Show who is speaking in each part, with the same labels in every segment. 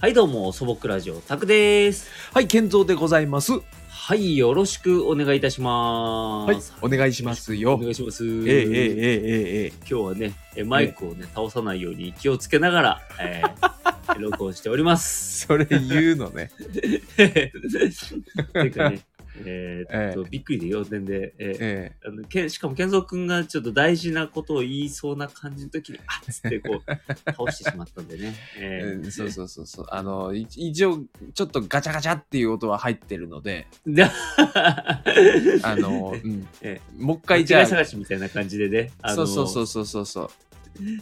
Speaker 1: はいどうも、素朴ラジオ、タクです。
Speaker 2: はい、健三でございます。は
Speaker 1: はい、よろしくお願いいたします。
Speaker 2: い、お願いしますよ
Speaker 1: お。願いします。
Speaker 2: ええええええええ
Speaker 1: 今日はね、えマイクをね、倒さないように気をつけながら、えー 録音しております。
Speaker 2: それ言うの ね。
Speaker 1: てかね、えーっと、
Speaker 2: え
Speaker 1: びっくりで4点で、えー
Speaker 2: え
Speaker 1: あのけんしかも健三君がちょっと大事なことを言いそうな感じの時に、あっつってこう、倒してしまったんでね。
Speaker 2: え
Speaker 1: え
Speaker 2: うんそうそうそうそう。あの、い一応、ちょっとガチャガチャっていう音は入ってるので、
Speaker 1: ー、で
Speaker 2: あ の、うん
Speaker 1: え
Speaker 2: もう一
Speaker 1: 間違
Speaker 2: 回じゃ
Speaker 1: い
Speaker 2: あ、
Speaker 1: 探しみたいな感じでね、あ
Speaker 2: そ
Speaker 1: の
Speaker 2: うそうそうそうそうそう。うん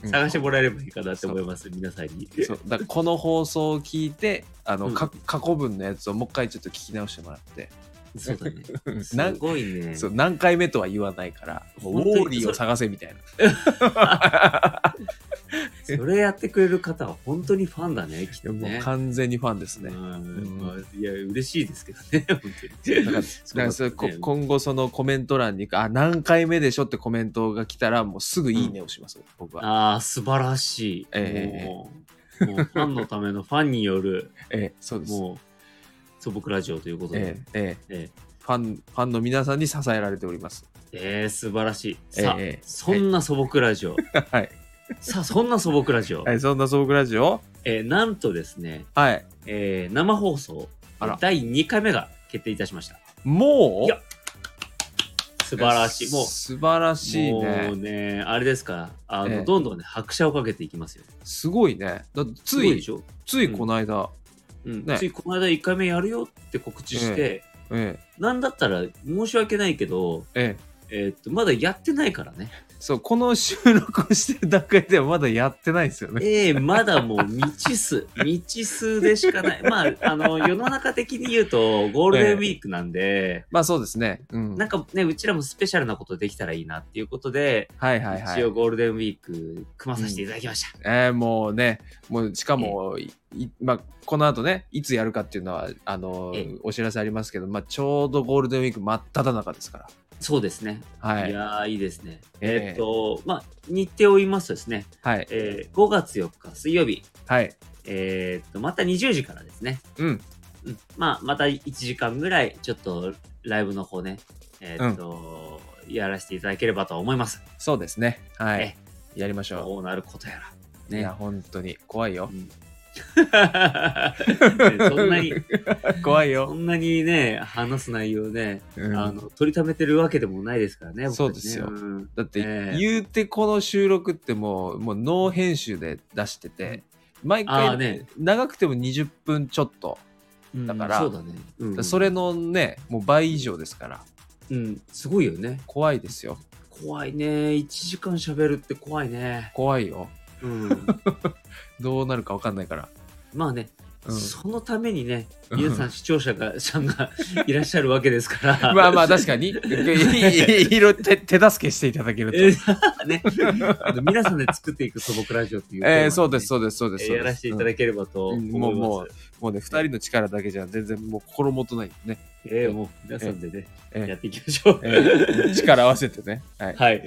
Speaker 1: 探してもらえればいいかなって思います、皆さんに。
Speaker 2: そうだからこの放送を聞いてあの、
Speaker 1: うん
Speaker 2: か過去文のやつをもう一回ちょっと聞き直してもらって、
Speaker 1: そうだね。す
Speaker 2: なん
Speaker 1: ごいね。
Speaker 2: そう何回目とは言わないからもうウ
Speaker 1: 本当に
Speaker 2: ォーリーを探せみたいな
Speaker 1: それやってくれる方は本当にファンだね、きっと
Speaker 2: もう
Speaker 1: ね。
Speaker 2: 完全にファンですね、
Speaker 1: うん
Speaker 2: ん
Speaker 1: まあいや、嬉しいですけどね、本当
Speaker 2: だ
Speaker 1: に。
Speaker 2: からだからそれこ今後そのコメント欄に「あ何回目でしょ」ってコメントが来たらもうすぐ「いいね」をします、僕は。
Speaker 1: ああ、素晴らしい。
Speaker 2: ええ
Speaker 1: もうもうファンのためのファンによる、
Speaker 2: ええそうです。
Speaker 1: もう、素朴ラジオということで。
Speaker 2: ええええ
Speaker 1: え
Speaker 2: ファンファンの皆さんに支えられてお ります。
Speaker 1: えええ素晴らしい。さあ、
Speaker 2: ええええ
Speaker 1: そんな素朴ラジ オ。
Speaker 2: はい、
Speaker 1: さあ、そんな素朴ラジオ。
Speaker 2: はい、そんなソークラジオ
Speaker 1: えーなんとですね、
Speaker 2: はい
Speaker 1: えー生放送
Speaker 2: あら
Speaker 1: 第2回目が決定いたしました
Speaker 2: もう
Speaker 1: いや素晴らしいもう
Speaker 2: 素晴らしい
Speaker 1: もう
Speaker 2: ね。
Speaker 1: ねあれですからあの、
Speaker 2: ええ
Speaker 1: どんどんね拍車をかけていきますよ
Speaker 2: すごいね。だって
Speaker 1: すご
Speaker 2: つい
Speaker 1: でしょ、
Speaker 2: ついこの間、
Speaker 1: うん
Speaker 2: ね
Speaker 1: ついこの間1回目やるよって告知して、
Speaker 2: え
Speaker 1: なんだったら申し訳ないけど、
Speaker 2: えええ
Speaker 1: えーっとまだやってないから ね
Speaker 2: そうこの収録をしてる段階ではまだやってないですよね。
Speaker 1: ええまだもう未知数 未知数でしかないまああの世の中的に言うとゴールデンウィークなんで、
Speaker 2: まあそうですね。うん、
Speaker 1: なんかねうちらもスペシャルなことできたらいいなっていうことで、
Speaker 2: はいはいはい。
Speaker 1: 一応ゴールデンウィーク組まさせていただきました、
Speaker 2: えー、もうね、もうしかも、いいまあ、この後ね、いつやるかっていうのは、あの
Speaker 1: ええ、
Speaker 2: お知らせありますけど、まあ、ちょうどゴールデンウィーク真っ只中ですから。
Speaker 1: そうですね、、
Speaker 2: はいい。
Speaker 1: やーいいですねえ
Speaker 2: ええ
Speaker 1: ーっとまあ日程を言いますとですね、
Speaker 2: はい。
Speaker 1: えー5月4日水曜日
Speaker 2: はい。
Speaker 1: えーっとまた20時からですね、
Speaker 2: うん。
Speaker 1: うんまあ、また1時間ぐらいちょっとライブの方ねえーっと、やらせていただければとは思います
Speaker 2: そうですね。は
Speaker 1: え
Speaker 2: い。やりましょ
Speaker 1: どうなることやら
Speaker 2: う。い
Speaker 1: ね
Speaker 2: や、本当に。怖いよ
Speaker 1: う。ん ねそんなに
Speaker 2: 怖い
Speaker 1: そ
Speaker 2: よ。
Speaker 1: んなにね話す内容ね
Speaker 2: うん
Speaker 1: あの取りためてるわけでもないですからね、僕たちね
Speaker 2: そうですよ
Speaker 1: うん
Speaker 2: だって、
Speaker 1: ええ
Speaker 2: 言うてこの収録ってもう、もうノー編集で出してて、毎
Speaker 1: あー
Speaker 2: 回、
Speaker 1: ね
Speaker 2: 長くても20分ちょっと。だから
Speaker 1: うんそうだね、うん
Speaker 2: それ、のね、もう倍以上ですから、
Speaker 1: うん、すごいよね。
Speaker 2: 怖いですよ。
Speaker 1: 怖いね、1時間喋るって怖いね。
Speaker 2: 怖いよ。
Speaker 1: うん、
Speaker 2: どうなるかわかんないから。
Speaker 1: まあね、
Speaker 2: うん
Speaker 1: そのためにね、皆さん視聴者がさん がいらっしゃるわけですから。
Speaker 2: まあまあ確か にいいろいろ手手助けしていただけると。
Speaker 1: え
Speaker 2: え
Speaker 1: ーね、あの皆さんで作っていく素朴ラジオっていう、
Speaker 2: ーそうです
Speaker 1: う
Speaker 2: そうですそうで。
Speaker 1: ですす、やらせていただ
Speaker 2: き、
Speaker 1: ければと思います。
Speaker 2: うんもうもうもうね二人の力だけじゃ全然もう心もとないんでね。
Speaker 1: えーもう皆さんでね、
Speaker 2: えー
Speaker 1: やっていきましょう。
Speaker 2: えー力合わせてね。は い。
Speaker 1: はい。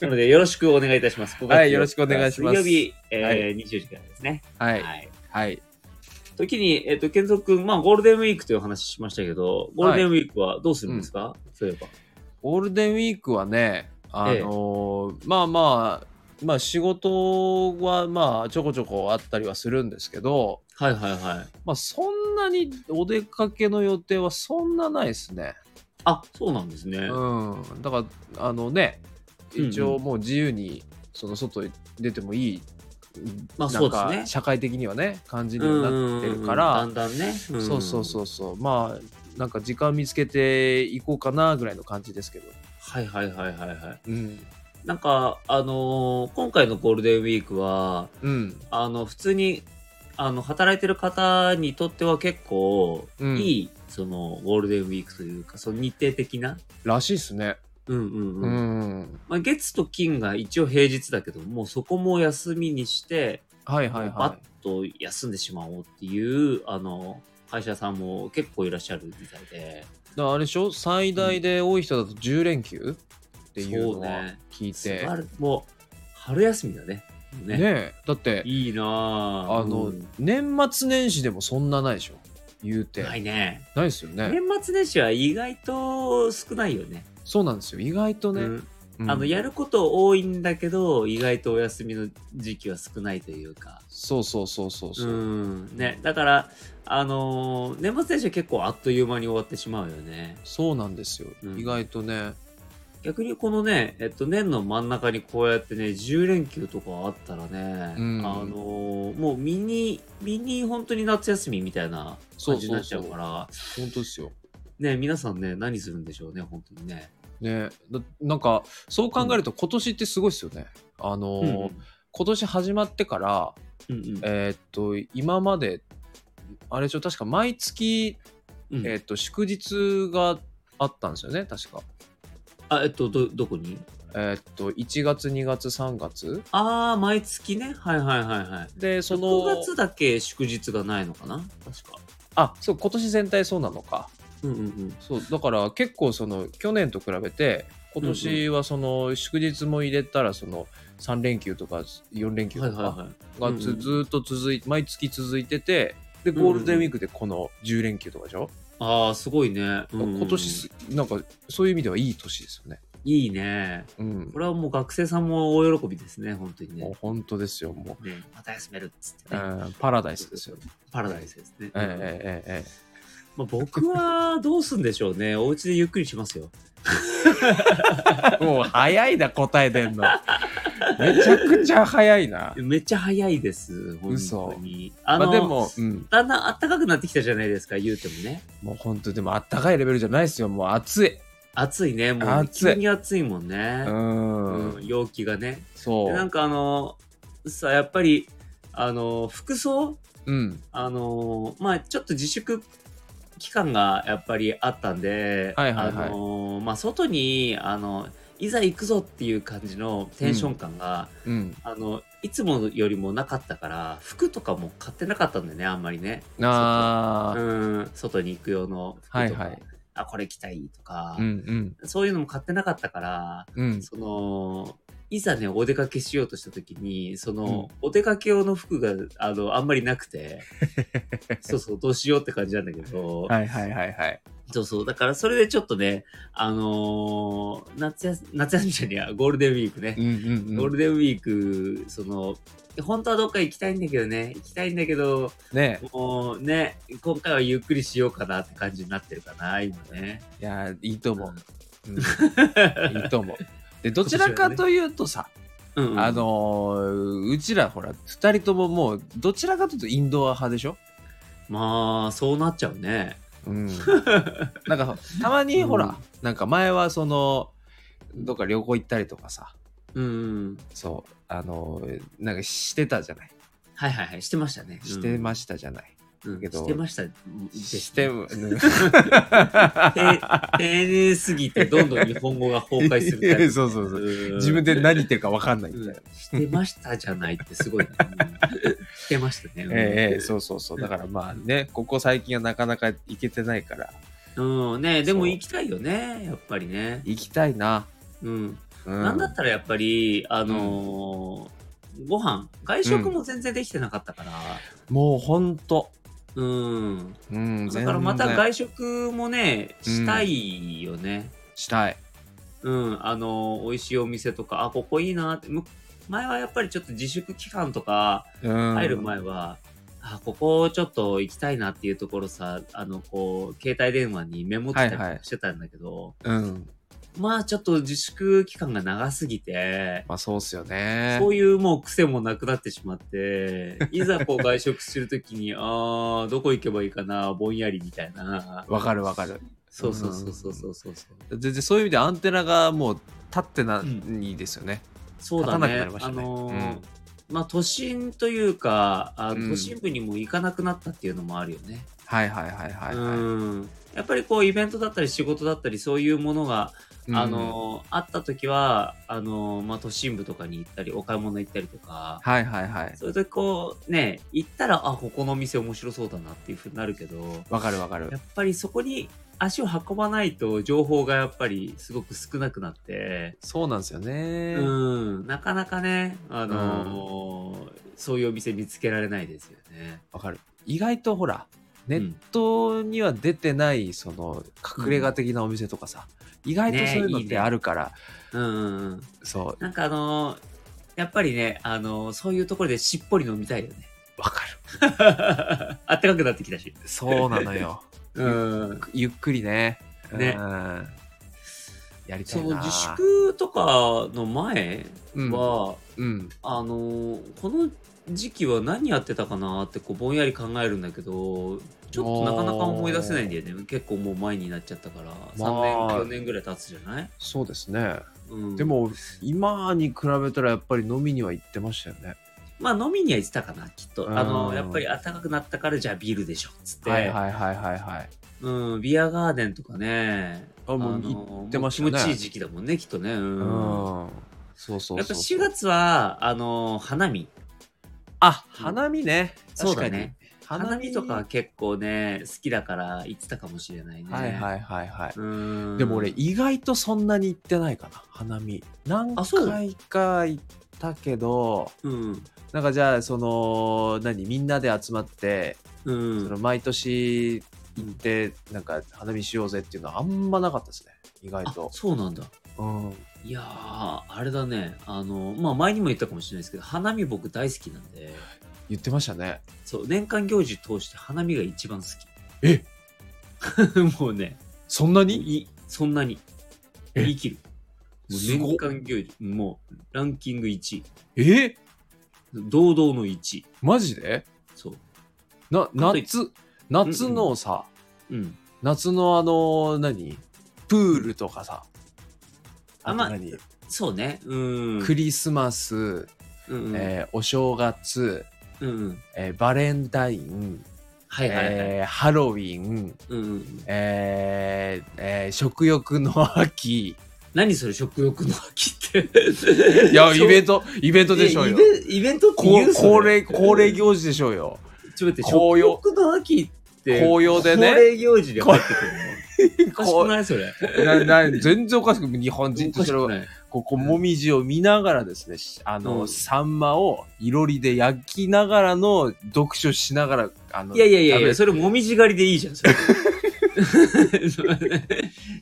Speaker 1: なので、よろしくお願いいたします。5月
Speaker 2: はいよろしくお願いします
Speaker 1: 水曜日、えー
Speaker 2: はい
Speaker 1: 20時からですね。
Speaker 2: は
Speaker 1: はい。
Speaker 2: いはい。
Speaker 1: 時に、えっ、と、健三君、まあ、ゴールデンウィークという話しましたけど、ゴールデンウィークはどうするんですか、そういえば。
Speaker 2: ゴールデンウィークはね、あのーまあまあ。まあ仕事はまあちょこちょこあったりはするんですけど、
Speaker 1: はいはいはい。
Speaker 2: まあそんなにお出かけの予定はそんなないですね。
Speaker 1: あ、そうなんですね。
Speaker 2: うん、だからあのね
Speaker 1: うんうん
Speaker 2: 一応もう自由にその外へ出てもいい、
Speaker 1: まあ
Speaker 2: なん
Speaker 1: そうです
Speaker 2: か
Speaker 1: ね
Speaker 2: 社会的にはね感じ
Speaker 1: う
Speaker 2: にはなってるから、
Speaker 1: んうんうんだんだんね。。
Speaker 2: そうそうそううそうまあなんか時間見つけていこうかなぐらいの感じですけど、
Speaker 1: はいはいはいはいはい。
Speaker 2: うん
Speaker 1: なんか、あのー今回のゴールデンウィークは、
Speaker 2: うん
Speaker 1: あの、普通に、あの、働いてる方にとっては結構、
Speaker 2: うん
Speaker 1: いい、その、ゴールデンウィークというか、その日程的な。
Speaker 2: らしいっすね。
Speaker 1: うんうん
Speaker 2: う
Speaker 1: うん。
Speaker 2: ん、
Speaker 1: まあ、月と金が一応平日だけど、もうそこも休みにして、
Speaker 2: はいはいは
Speaker 1: バッと休んでしまおうっていう、あの、会社さんも結構いらっしゃるみたいで、
Speaker 2: い。だからあれでしょ最大で多い人だと10連休っていうの
Speaker 1: そう
Speaker 2: は
Speaker 1: ね
Speaker 2: 聞い
Speaker 1: 素晴
Speaker 2: て、
Speaker 1: らもう、春休みだね。ね
Speaker 2: ねだって
Speaker 1: いいなあ
Speaker 2: あの、
Speaker 1: うん
Speaker 2: 年末年始でもそんなないでしょ言うて、
Speaker 1: ないね
Speaker 2: ないですよね
Speaker 1: 年末年始は意外と少ないよね
Speaker 2: そうなんですよ意外とね、
Speaker 1: うん
Speaker 2: うん
Speaker 1: あのやること多いんだけど意外とお休みの時期は少ないというか
Speaker 2: そうそうそうそうそうう、
Speaker 1: んねだからあのー年末年始は結構あっという間に終わってしまうよね
Speaker 2: そうなんですよ、
Speaker 1: うん
Speaker 2: 意外とね
Speaker 1: 逆にこのね、えっと、年の真ん中にこうやってね10連休とかあったらね、
Speaker 2: うん
Speaker 1: あのーもうミニミニ本当に夏休みみたいな感じになっちゃうから
Speaker 2: 本当ですよ
Speaker 1: ね皆さんね何するんでしょうね本当にね。
Speaker 2: ねだなんかそう考えると今年ってすごいですよね、あのー今年始まってから
Speaker 1: うんうん
Speaker 2: えーっと今まであれでしょ確か毎月、
Speaker 1: うん
Speaker 2: えーっと祝日があったんですよね確か
Speaker 1: あえっとどどこに
Speaker 2: えーっと1月2月3月
Speaker 1: ああ毎月ねはいはいはいはい。
Speaker 2: でその
Speaker 1: 6月だけ祝日がないのかな確か。
Speaker 2: あそう今年全体そうなのか
Speaker 1: うんうんうん。
Speaker 2: そうだから結構その去年と比べて今年はその祝日も入れたらその3連休とか4連休
Speaker 1: はい
Speaker 2: と
Speaker 1: はい
Speaker 2: か
Speaker 1: はい。
Speaker 2: が
Speaker 1: うんう
Speaker 2: ず
Speaker 1: ん
Speaker 2: ずーっと続い毎月続いててでゴールデンウィークでこの10連休とかでしょ、
Speaker 1: ああすごいね。うんうん
Speaker 2: 今年すなんかそういう意味ではいい年ですよね。
Speaker 1: いいね。
Speaker 2: うん
Speaker 1: こ、れはもう学生さんも大喜びですね本当に
Speaker 2: もう
Speaker 1: ね。
Speaker 2: 本当ですよも
Speaker 1: ねまた休めるっつって
Speaker 2: う、
Speaker 1: ね。
Speaker 2: うんパラダイスですよ。
Speaker 1: パラダイスですね。
Speaker 2: えええええ
Speaker 1: まあ、僕はどうすんでしょうね。お家でゆっくりしますよ。
Speaker 2: えもう早いな答え出んの。めちゃくちゃ早いな。
Speaker 1: めっちゃ早いです。本
Speaker 2: 嘘
Speaker 1: 当に。あの、
Speaker 2: まあでも、うん、
Speaker 1: だんだん暖かくなってきたじゃないですか、言うてもね。
Speaker 2: もう本当でもあったかいレベルじゃないですよもう暑い。
Speaker 1: 暑いね、もう、ね。
Speaker 2: 暑
Speaker 1: 急
Speaker 2: い
Speaker 1: に暑いもんね
Speaker 2: う。
Speaker 1: うん
Speaker 2: ん、
Speaker 1: 陽気がね。
Speaker 2: そ
Speaker 1: でなん
Speaker 2: う。
Speaker 1: かあの、さ、やっぱり、あの、服装
Speaker 2: うん、
Speaker 1: あの、まあ、ちょっと自粛期間がやっぱりあったんで、
Speaker 2: はいはいはい
Speaker 1: あの、まあ、外に、あの、いざ行くぞっていう感じのテンション感が、
Speaker 2: うん、
Speaker 1: あの、いつもよりもなかったから、服とかも買ってなかったんだよね、あんまりね。
Speaker 2: あー
Speaker 1: うん、外に行く用の服とか、
Speaker 2: はいはい
Speaker 1: あ、これ着たいとか、
Speaker 2: うん
Speaker 1: そういうのも買ってなかったから、
Speaker 2: うんうん
Speaker 1: その、いざね、お出かけしようとした時に、その、お出かけ用の服が、あの、あんまりなく て、そうそう、どうしようって感じなんだけど、
Speaker 2: はいはいはいはい。
Speaker 1: そうそう、だからそれでちょっとね、あのー夏休み、夏休みじゃねえや、ゴールデンウィークね、
Speaker 2: うんうん
Speaker 1: ゴ
Speaker 2: う
Speaker 1: ー
Speaker 2: ん
Speaker 1: ル。デンウィーク、その、本当はどっか行きたいんだけどね、行きたいんだけど、
Speaker 2: ね
Speaker 1: もうね、今回はゆっくりしようかなって感じになってるかな、今ね。
Speaker 2: いやーいいと思う。うん
Speaker 1: う
Speaker 2: いいと思う。でどちらかというとさ、
Speaker 1: んうん
Speaker 2: あのーうちらほら2人とももうどちらかというとインドア派でしょ、
Speaker 1: まあ、そうなっちゃうね。
Speaker 2: うん、なんかたまにほら、
Speaker 1: うん
Speaker 2: なんか前はそのどっか旅行行ったりとかさ
Speaker 1: うん。
Speaker 2: そうあのーなんかしてたじゃない
Speaker 1: はいはいはい、してましたね。
Speaker 2: してま
Speaker 1: し
Speaker 2: したじゃない、
Speaker 1: た、うん
Speaker 2: けど
Speaker 1: してました。
Speaker 2: して
Speaker 1: ま
Speaker 2: もうん
Speaker 1: 丁寧すぎて、どんどん日本語が崩壊す るタイプ
Speaker 2: そうそうそう
Speaker 1: うん
Speaker 2: 自分で何言ってるか分かんないみたいな
Speaker 1: う。んしてましたじゃないってすごい ね。うんしてましたね。うん
Speaker 2: ええええそうそうそうだからまあねここ最近はなかなか行けてないから
Speaker 1: うんねでも
Speaker 2: そう
Speaker 1: 行きたいよねやっぱりね、
Speaker 2: 行きたいな、
Speaker 1: うん
Speaker 2: うん、
Speaker 1: なんだったらやっぱりあのーご飯外食も全然できてなかったから
Speaker 2: もうほんと
Speaker 1: うん、
Speaker 2: うん
Speaker 1: だからまた
Speaker 2: 全然
Speaker 1: 外食もねしたいよね
Speaker 2: したい
Speaker 1: うん、あのー美味しいお店とかあここいいなってむ前はやっぱりちょっと自粛期間とか入
Speaker 2: 入
Speaker 1: る前は、あここちょっと行きたいなっていうところさあのこう携帯電話にメモってたりと
Speaker 2: はいは
Speaker 1: か
Speaker 2: い
Speaker 1: してたんだけど、
Speaker 2: うん
Speaker 1: まあちょっと自粛期間が長すぎて、
Speaker 2: まあそうっすよね
Speaker 1: そういうもう癖もなくなってしまって、いざこう外食するときに、あー、どこ行けばいいかな、ぼんやりみたい な。
Speaker 2: わかるわかる
Speaker 1: そうそうそうそうそうそう。
Speaker 2: 全然そういう意味でアンテナがもう立ってな
Speaker 1: うん
Speaker 2: いですよね、
Speaker 1: そうだ
Speaker 2: 立たなくな
Speaker 1: ね
Speaker 2: り。まし
Speaker 1: あ
Speaker 2: たね
Speaker 1: のーまあ都心というかあ
Speaker 2: うん
Speaker 1: 都心部にも行かなくなったっていうのもあるよね。
Speaker 2: はいはいはいはい、はい
Speaker 1: うんやっぱりこうイベントだったり仕事だったりそういうものが、
Speaker 2: うん
Speaker 1: あのーあった時はあのーまあ、都心部とかに行ったりお買い物行ったりとか、
Speaker 2: はいはいはい
Speaker 1: それでこうね行ったらあここのお店面白そうだなっていうふうになるけど
Speaker 2: わかるわかる
Speaker 1: やっぱりそこに足を運ばないと情報がやっぱりすごく少なくなって、
Speaker 2: そうなんですよね。
Speaker 1: うん、なかなかね、あのーそういうお店見つけられないですよね。
Speaker 2: わかる。意外とほら、ネットには出てない、その、隠れ家的なお店とかさ、意外とそういうのっ
Speaker 1: ねいいね
Speaker 2: てあるから、
Speaker 1: うんうんうん、
Speaker 2: そ
Speaker 1: なんかあのーやっぱりね、あのーそういうところでしっぽり飲みたいよね。
Speaker 2: う、わかる。
Speaker 1: あったかくなってきたし。
Speaker 2: そうなのよ。
Speaker 1: うん。
Speaker 2: ゆっくりね。
Speaker 1: ね
Speaker 2: うんやりた
Speaker 1: そ
Speaker 2: い
Speaker 1: の
Speaker 2: な。
Speaker 1: 自粛とかの前は、
Speaker 2: うん。
Speaker 1: あのーこの時期は何やってたかなってこうぼんやり考えるんだけど、ちょっとなかなか思い出せないんだよね。結構もう前になっちゃったから、3
Speaker 2: まあ
Speaker 1: 年、4年ぐらい経つじゃない、
Speaker 2: そうですね。
Speaker 1: うん、
Speaker 2: で、も、今に比べたらやっぱり飲みには行ってましたよね。
Speaker 1: まあ飲みには行ってたかな、きっと。あの
Speaker 2: う
Speaker 1: ー
Speaker 2: ん
Speaker 1: やっぱり暖かくなったからじゃあビールでしょ、つって。
Speaker 2: はいはいはいはいはい。
Speaker 1: うん、ビアガーデンとかね。
Speaker 2: あ、も
Speaker 1: あ
Speaker 2: う
Speaker 1: の
Speaker 2: 行ってましたね。
Speaker 1: もう気持ちいい時期だもんね、きっとね。うん。
Speaker 2: うん。そうそうそうそう。
Speaker 1: やっぱ4月は、あの、花見。
Speaker 2: あ、花見ね。
Speaker 1: そう
Speaker 2: 確
Speaker 1: だ
Speaker 2: かに
Speaker 1: ね。花見とか結構ね、好きだから行ってたかもしれないね。
Speaker 2: はい
Speaker 1: い。
Speaker 2: はいはいはい。
Speaker 1: うん。
Speaker 2: でも俺、意外とそんなに行ってないかな、花見。何
Speaker 1: あそう
Speaker 2: 回か行ったけど、
Speaker 1: うん。
Speaker 2: なんかじゃあ、その、何、みんなで集まって、
Speaker 1: うん。
Speaker 2: その毎年行って、なんか花見しようぜっていうのはあんまなかったですね、意外
Speaker 1: あ
Speaker 2: と。
Speaker 1: そうなんだ。
Speaker 2: うん。
Speaker 1: いやー、あれだね。あの、まあ前にも言ったかもしれないですけど、花見僕大好きなんで、
Speaker 2: 言ってましたね。
Speaker 1: そう、年間行事通して花見が一番好き。
Speaker 2: え
Speaker 1: もうね、
Speaker 2: そんない
Speaker 1: そんなに。
Speaker 2: え
Speaker 1: 言い切る。もう
Speaker 2: すごっ
Speaker 1: 年間行事、もうランキング1位。
Speaker 2: え
Speaker 1: 堂々の1位。
Speaker 2: マジで
Speaker 1: そう。
Speaker 2: な、
Speaker 1: かといっ
Speaker 2: 夏、夏のさ、
Speaker 1: うん。
Speaker 2: 夏のあの、何プールとかさ、
Speaker 1: あ
Speaker 2: あと
Speaker 1: まあ
Speaker 2: 何、
Speaker 1: そうね。うん。
Speaker 2: クリスマス、
Speaker 1: うんうん
Speaker 2: えーお正月、
Speaker 1: うんうん。
Speaker 2: えーバレンタイン、
Speaker 1: はいはいはい。
Speaker 2: えーハロウィン、
Speaker 1: うんうん、
Speaker 2: えーえー食欲の秋。
Speaker 1: 何それ食欲の秋って。
Speaker 2: い や、イベン
Speaker 1: ト
Speaker 2: ト、イベントでしょうよ
Speaker 1: イ。ベイベントって
Speaker 2: こ
Speaker 1: 言うそれ
Speaker 2: 恒例、恒例行事でしょうよ。
Speaker 1: ちょっと待って、食
Speaker 2: 紅葉
Speaker 1: 欲の秋って。
Speaker 2: 紅葉でね
Speaker 1: 恒例行事で入ってく るの。おかしくないそれ。
Speaker 2: なな全然おかしくない日本人として
Speaker 1: お
Speaker 2: は
Speaker 1: かしくない
Speaker 2: ここ、もみじを見ながらですね、しあの、
Speaker 1: うん
Speaker 2: サンマをいろりで焼きながらの読書しながら、あの、
Speaker 1: いやいやいやいや、
Speaker 2: 食
Speaker 1: それもみじ狩りでいいじゃん、そ れ。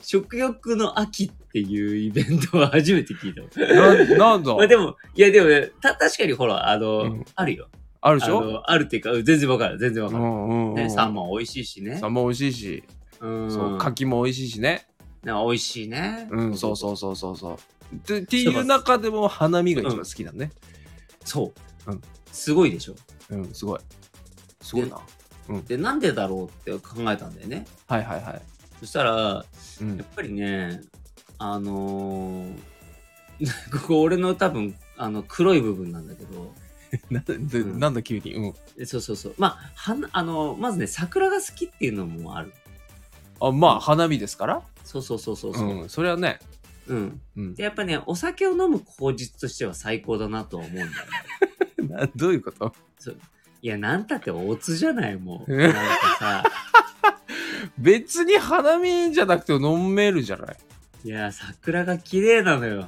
Speaker 1: 食欲の秋っていうイベントは初めて聞いたわ。
Speaker 2: べるななんだ
Speaker 1: まあでも、いやでもね、た、確かにほら、あの、
Speaker 2: うん
Speaker 1: あるよ。
Speaker 2: あるで
Speaker 1: あ
Speaker 2: しょ
Speaker 1: の、あるっていうか、うん全然わかる、全然わ
Speaker 2: う
Speaker 1: か
Speaker 2: ん
Speaker 1: る。
Speaker 2: うんうん。
Speaker 1: ね、サーモン美味しいしね
Speaker 2: サ。ンマ美味しいし、
Speaker 1: うん。
Speaker 2: そう、柿も美味しいしね。
Speaker 1: なんか美味しいね。
Speaker 2: うん、そうそうそうそうそう。ってっていう中でも花見が一番好きだね。
Speaker 1: そう。
Speaker 2: うん
Speaker 1: すごいでしょ。
Speaker 2: うん、すごい。すごいな。
Speaker 1: で、なんでだろうって考えたんだよね。
Speaker 2: はいはいはい。
Speaker 1: そしたら、
Speaker 2: う
Speaker 1: や
Speaker 2: ん
Speaker 1: っ、ぱりね、あのー ここ俺の多分、あの、黒い部分なんだけど、
Speaker 2: なで
Speaker 1: うん
Speaker 2: なんだ急に。うん。
Speaker 1: えそうそうそう。まあ、はなあの、まずね、桜が好きっていうのもある。
Speaker 2: あまあ、花見ですから。
Speaker 1: そうそうそうそう
Speaker 2: う
Speaker 1: そう。
Speaker 2: ん、それはね。
Speaker 1: うん。
Speaker 2: うん
Speaker 1: で、、やっぱね、お酒を飲む口実としては最高だなとは思うんだよね。
Speaker 2: などういうこと
Speaker 1: いや、なんたっておつじゃない、もう。
Speaker 2: え
Speaker 1: なんかさ、
Speaker 2: 別に花見じゃなくて飲めるじゃ ない。
Speaker 1: いや、桜が綺麗なの よ。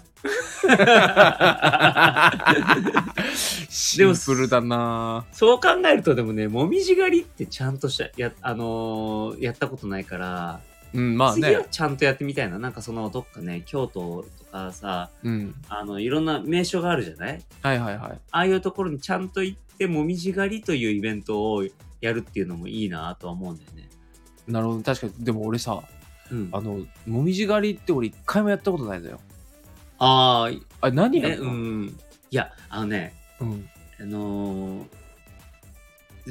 Speaker 2: シンプルだな
Speaker 1: そう考えると、でもね、もみじ狩りってちゃんとした、や、あのーやったことないから、
Speaker 2: うん、まあ
Speaker 1: 次
Speaker 2: ね
Speaker 1: は。ちゃんとやってみたいな。なんかその、どっかね、京都とかさ、
Speaker 2: うん。
Speaker 1: あの、いろんな名所があるじゃない
Speaker 2: はいはいはい。
Speaker 1: ああいうところにちゃんと行って、もみじ狩りというイベントをやるっていうのもいいなとは思うんだよね。
Speaker 2: なるほど。確かに。でも俺さ、
Speaker 1: うん。
Speaker 2: あの、もみじ狩りって俺一回もやったことないのよ。
Speaker 1: ああ、ね、
Speaker 2: あ、何やる
Speaker 1: う
Speaker 2: の、
Speaker 1: ん。いや、あのね、
Speaker 2: うん。
Speaker 1: あのー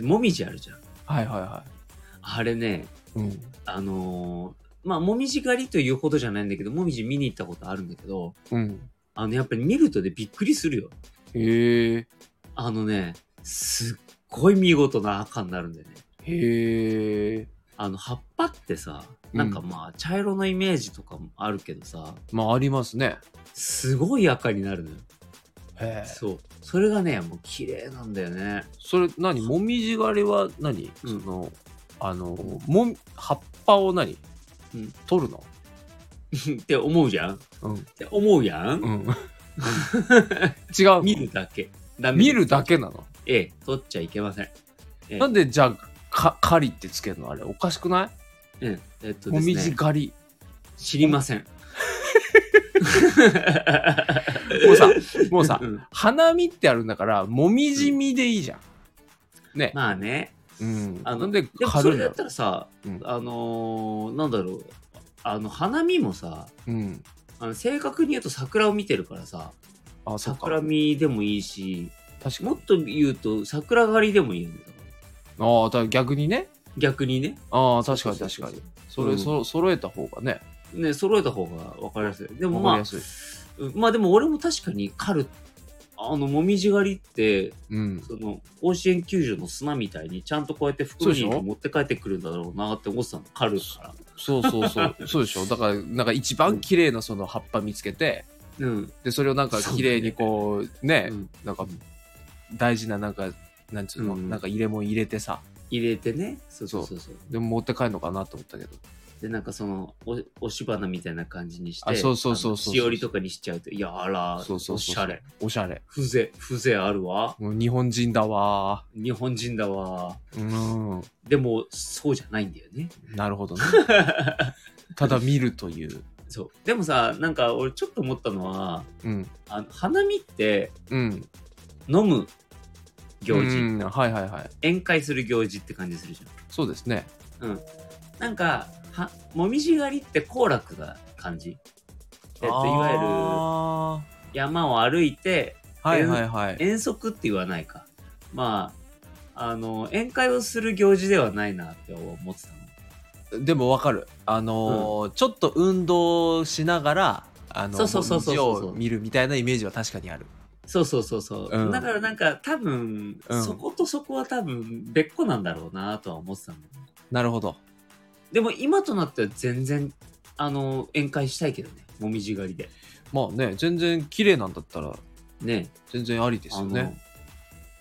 Speaker 1: もみじあるじゃん。
Speaker 2: はいはいは
Speaker 1: あれね、
Speaker 2: い。うん。
Speaker 1: あのーまあ、もみじ狩りというほどじゃないんだけど、もみじ見に行ったことあるんだけど、
Speaker 2: うん。
Speaker 1: あの、やっぱり見るとでびっくりするよ。
Speaker 2: へえ。
Speaker 1: あのね、すっごい見事な赤になるんだよね。
Speaker 2: へえ。
Speaker 1: あの、葉っぱってさ、なんかまあ、茶色のイメージとかもあるけどさ、
Speaker 2: まあありますね。
Speaker 1: すごい赤になるのよ。
Speaker 2: へえ。
Speaker 1: そう。それがね、もう綺麗なんだよね。
Speaker 2: それ何もみじ狩りは何、
Speaker 1: うん
Speaker 2: そのあのも葉っぱを何
Speaker 1: うん
Speaker 2: 撮るの
Speaker 1: って思うじゃんっ
Speaker 2: うん。
Speaker 1: て思うやん、
Speaker 2: うん。違う。
Speaker 1: 見るだけ。ダメです
Speaker 2: 見るだけなの。
Speaker 1: ええ、取っちゃいけません。ええ
Speaker 2: なんでじゃあ、か、狩りってつけるのあれ、おかしくない
Speaker 1: えええっと
Speaker 2: も
Speaker 1: です
Speaker 2: みじ
Speaker 1: ね、
Speaker 2: 狩
Speaker 1: 知りません。
Speaker 2: り。もうさ、 も うさ
Speaker 1: う、ん
Speaker 2: 花見ってあるんだから、もみじ見でいいじゃん。ね。
Speaker 1: まあね。
Speaker 2: うん。
Speaker 1: あの
Speaker 2: なんで
Speaker 1: でも
Speaker 2: 狩
Speaker 1: そ
Speaker 2: る
Speaker 1: れだ
Speaker 2: んだ
Speaker 1: っ
Speaker 2: ろ
Speaker 1: たらさ、
Speaker 2: うん
Speaker 1: あのーなんだろう。あの、花見もさ、
Speaker 2: う。うん。
Speaker 1: あの正確に言うと桜を見てるからさ、
Speaker 2: あ、そっか。
Speaker 1: 桜見でもいいし、
Speaker 2: 確か
Speaker 1: もっ
Speaker 2: に。
Speaker 1: と言うと桜狩りでもいいんだよ。
Speaker 2: ああ、だから逆にね。
Speaker 1: 逆にね。
Speaker 2: ああ、確かに確かに。それ、
Speaker 1: うん
Speaker 2: そ揃えた方がね、
Speaker 1: ね、揃えた方が分かりやすい。でもま
Speaker 2: わかり
Speaker 1: あ
Speaker 2: や、すい。
Speaker 1: うんまあでも俺も確かに狩る、あの、もみじ狩りって、
Speaker 2: うん。
Speaker 1: その、甲子園球場の砂みたいに、ちゃんとこうやって袋に
Speaker 2: そうでしょ
Speaker 1: 持って帰ってくるんだろうなって思ってたの、狩るか
Speaker 2: そうそうそう。 そうでしょ。だから、なんか一番綺麗なその葉っぱ見つけて、
Speaker 1: ら。うん。
Speaker 2: で、それをなんか綺麗にこう、ね、
Speaker 1: うん
Speaker 2: なんか大事ななんか、なんつうの、
Speaker 1: うん
Speaker 2: なんか入れ物入れてさ、
Speaker 1: 入れてね。そうそうそうそう。
Speaker 2: でも持って帰るのかなと思ったけど。
Speaker 1: で、なんかその、お、おし花みたいな感じにして、
Speaker 2: あそうそうそうそう
Speaker 1: あのしおりとかにしちゃうと、いや、あら、
Speaker 2: そうそうそう
Speaker 1: おしゃれ。
Speaker 2: おしゃれ。
Speaker 1: 風情、風情あるわ。
Speaker 2: もう日本人だわ
Speaker 1: 日本人だわ。
Speaker 2: ー。うん。
Speaker 1: でも、そうじゃないんだよね。
Speaker 2: なるほ どね。ただ見るという。
Speaker 1: そう。でもさ、なんか俺ちょっと思ったのは、
Speaker 2: うん。
Speaker 1: あの花見って
Speaker 2: うん。
Speaker 1: 飲む行事、
Speaker 2: うんはいはいはい。
Speaker 1: 宴会する行事って感じするじ
Speaker 2: そうですね。
Speaker 1: ゃん。うん。なんか、はもみじ狩りって行楽な感じ。えっと、いわゆ
Speaker 2: わ
Speaker 1: る山を歩いて、
Speaker 2: ゆる。はいはいはい。
Speaker 1: 遠足って言わないか。まあ、あの、宴会をする行事ではないなって思ってたの。
Speaker 2: でもわかる。あのーちょっと運動しながら、あの、
Speaker 1: そうそうそうそう
Speaker 2: 文字を見るみたいなイメージは確かにある。
Speaker 1: そうそうそうそう。
Speaker 2: うん
Speaker 1: だからなんか多分、
Speaker 2: うん
Speaker 1: そことそこは多分別個なんだろうなとは思ってたの。
Speaker 2: なるほど。
Speaker 1: でも今となっては全然、あの、宴会したいけどね。もみじ狩りで。
Speaker 2: まあね、全然綺麗なんだったら、
Speaker 1: ね。
Speaker 2: 全然ありです
Speaker 1: あ
Speaker 2: よ
Speaker 1: の、
Speaker 2: ね。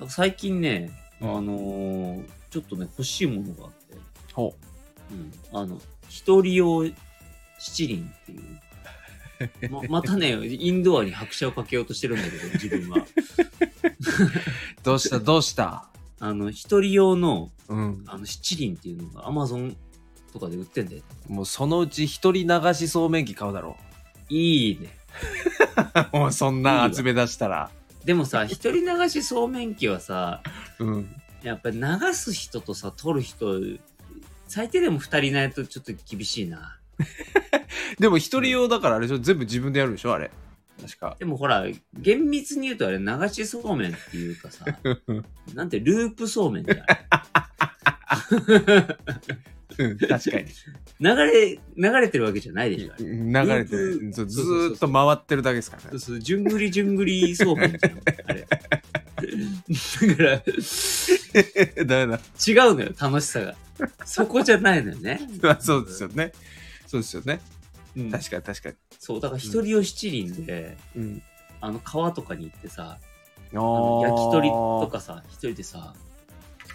Speaker 1: 最近ね、あ
Speaker 2: うん
Speaker 1: のーちょっとね、欲しいものがあって、
Speaker 2: ほ
Speaker 1: うん。あの、一人用七輪っていう。ままたね、インドアに拍車をかけようとしてるんだけど、自分は。
Speaker 2: う。どうしたどうした
Speaker 1: あの、一人用の、
Speaker 2: うん。
Speaker 1: あの、七輪っていうのが、アマゾンとかで売ってんだよ。
Speaker 2: もうそのうち一人流しそうめん機買うだ ろ
Speaker 1: いいね。
Speaker 2: う。もうそんなん集め出したら。
Speaker 1: でもさ、一人流しそうめん機はさ、
Speaker 2: うん。
Speaker 1: やっぱり流す人とさ、取る人、最低でも二人いないとちょっと厳しいな。
Speaker 2: でも一人用だからあれでしょ全部自分でやるでしょあれ。確か。
Speaker 1: でもほら、厳密に言うとあれ、流しそうめんっていうかさ、なんてループそうめんじゃん。
Speaker 2: うん、確かに。
Speaker 1: 流れ、流れてるわけじゃないでしょ。あれ
Speaker 2: 流れてる、そうずーっと回ってるだけですから
Speaker 1: そう
Speaker 2: ね。
Speaker 1: そう、じゅんぐりじゅんぐりそうめんじゃん。あれ。だから、
Speaker 2: ダメ だ。
Speaker 1: 違うのよ、楽しさが。そこじゃないのよね。
Speaker 2: まあそうですよね。そうですよね。
Speaker 1: うん、
Speaker 2: 確かに確かに。
Speaker 1: そう、だから一人用七輪で、
Speaker 2: うん。
Speaker 1: あの、川とかに行ってさ、
Speaker 2: あ
Speaker 1: あの
Speaker 2: ー
Speaker 1: 焼き鳥と。かさ、一人でさ、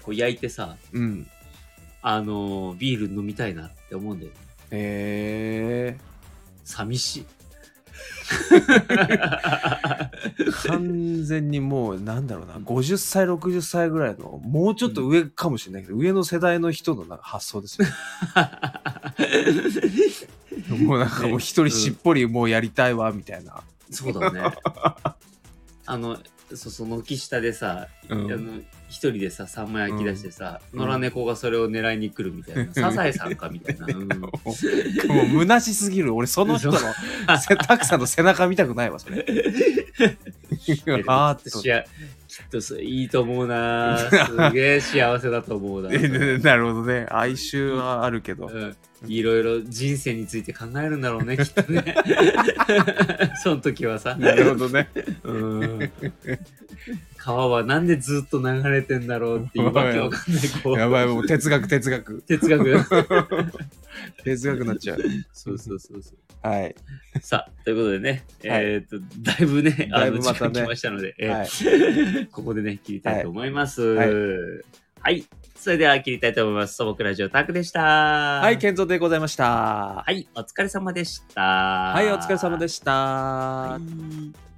Speaker 1: こう焼いてさ、
Speaker 2: うん。
Speaker 1: あのービール飲みたいなって思うんだよね。
Speaker 2: へえ
Speaker 1: 寂し い。
Speaker 2: ー。完全にもう、なんだろうな、50歳、60歳ぐらいの、もうちょっと上かもしれないけど、上の世代の人のなんか発想 ですよ。もうなんかもう一人しっぽりもうやりたいわ、みたい な。
Speaker 1: そうだね。あの、そその軒下でさ、
Speaker 2: うん
Speaker 1: あの一人でさ、サンマ焼き出してさ、
Speaker 2: うん
Speaker 1: 野良猫がそれを狙いに来るみたいな。サザエさんかみたいな。 うん
Speaker 2: もう虚しすぎる。俺、その 人の、せたくさんの背中見たくないわ、そ れ。あーっと
Speaker 1: しあきっとそいいと思うな。すげえ幸せだと思うな。
Speaker 2: なるほどね。哀愁はあるけど。
Speaker 1: うんいろいろ人生について考えるんだろうね、きっと ね。その時はさ。
Speaker 2: なるほどね。
Speaker 1: うん川はなんでずっと流れてんだろうっていうわけわかんない、こう。
Speaker 2: やばい、もう哲学、哲 学。
Speaker 1: 哲学。
Speaker 2: 哲学になっちゃう。
Speaker 1: そうそうそうそう。
Speaker 2: はい。
Speaker 1: さあ、ということでね、
Speaker 2: はい
Speaker 1: えっと、だいぶね、あ
Speaker 2: だい
Speaker 1: の、
Speaker 2: ぶ
Speaker 1: 時
Speaker 2: また
Speaker 1: 間
Speaker 2: ね
Speaker 1: 来ましたので、えー
Speaker 2: はい
Speaker 1: ここでね、切りたいと思います。
Speaker 2: はい
Speaker 1: はい。それでは切りたいと思います。素朴ラジオタクでした。
Speaker 2: は、
Speaker 1: はい
Speaker 2: 健三でございまし
Speaker 1: は
Speaker 2: た。
Speaker 1: い、お疲れ様でした。
Speaker 2: は、
Speaker 1: はい
Speaker 2: お疲れ様で
Speaker 1: し
Speaker 2: した。
Speaker 1: はい